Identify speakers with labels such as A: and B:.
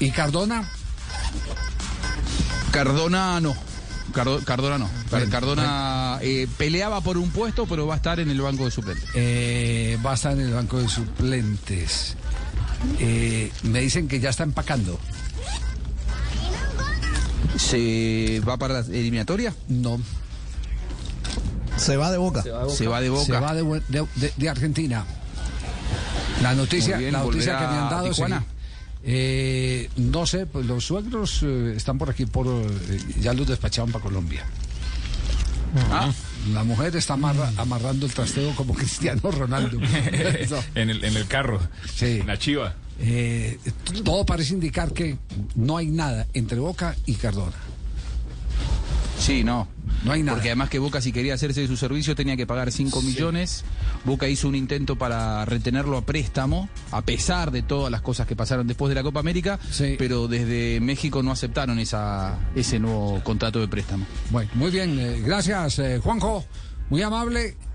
A: ¿Y Cardona?
B: Cardona no. Cardo- Cardona no. Car-
A: Bueno,
B: Cardona eh, peleaba por un puesto, pero va a estar en el banco de suplentes.
A: Eh, va a estar en el banco de suplentes. Eh, me dicen que ya está empacando.
B: ¿Se va para la eliminatoria?
A: No,
C: Se va de boca.
B: Se va de boca.
A: se va de, bu- de- de- de Argentina. La noticia,
B: Muy bien,
A: la noticia que
B: volverá
A: me han dado
B: a Tijuana.
A: sí. Eh, no sé, pues los suegros eh, están por aquí, por eh, ya los despacharon para Colombia.
B: Ah,
A: La mujer está amarra- amarrando el trasteo como Cristiano Ronaldo. Eso.
D: en, el, en el carro.
A: Sí.
D: En la chiva.
A: Eh, todo parece indicar que no hay nada entre Boca y Cardona.
B: sí, no.
A: No hay nada.
B: Porque además que Boca si quería hacerse de su servicio tenía que pagar 5 millones. Boca hizo un intento para retenerlo a préstamo, a pesar de todas las cosas que pasaron después de la Copa América,
A: Sí.
B: pero desde México no aceptaron esa, ese nuevo contrato de préstamo.
A: Bueno, muy bien, eh, gracias eh, Juanjo, muy amable.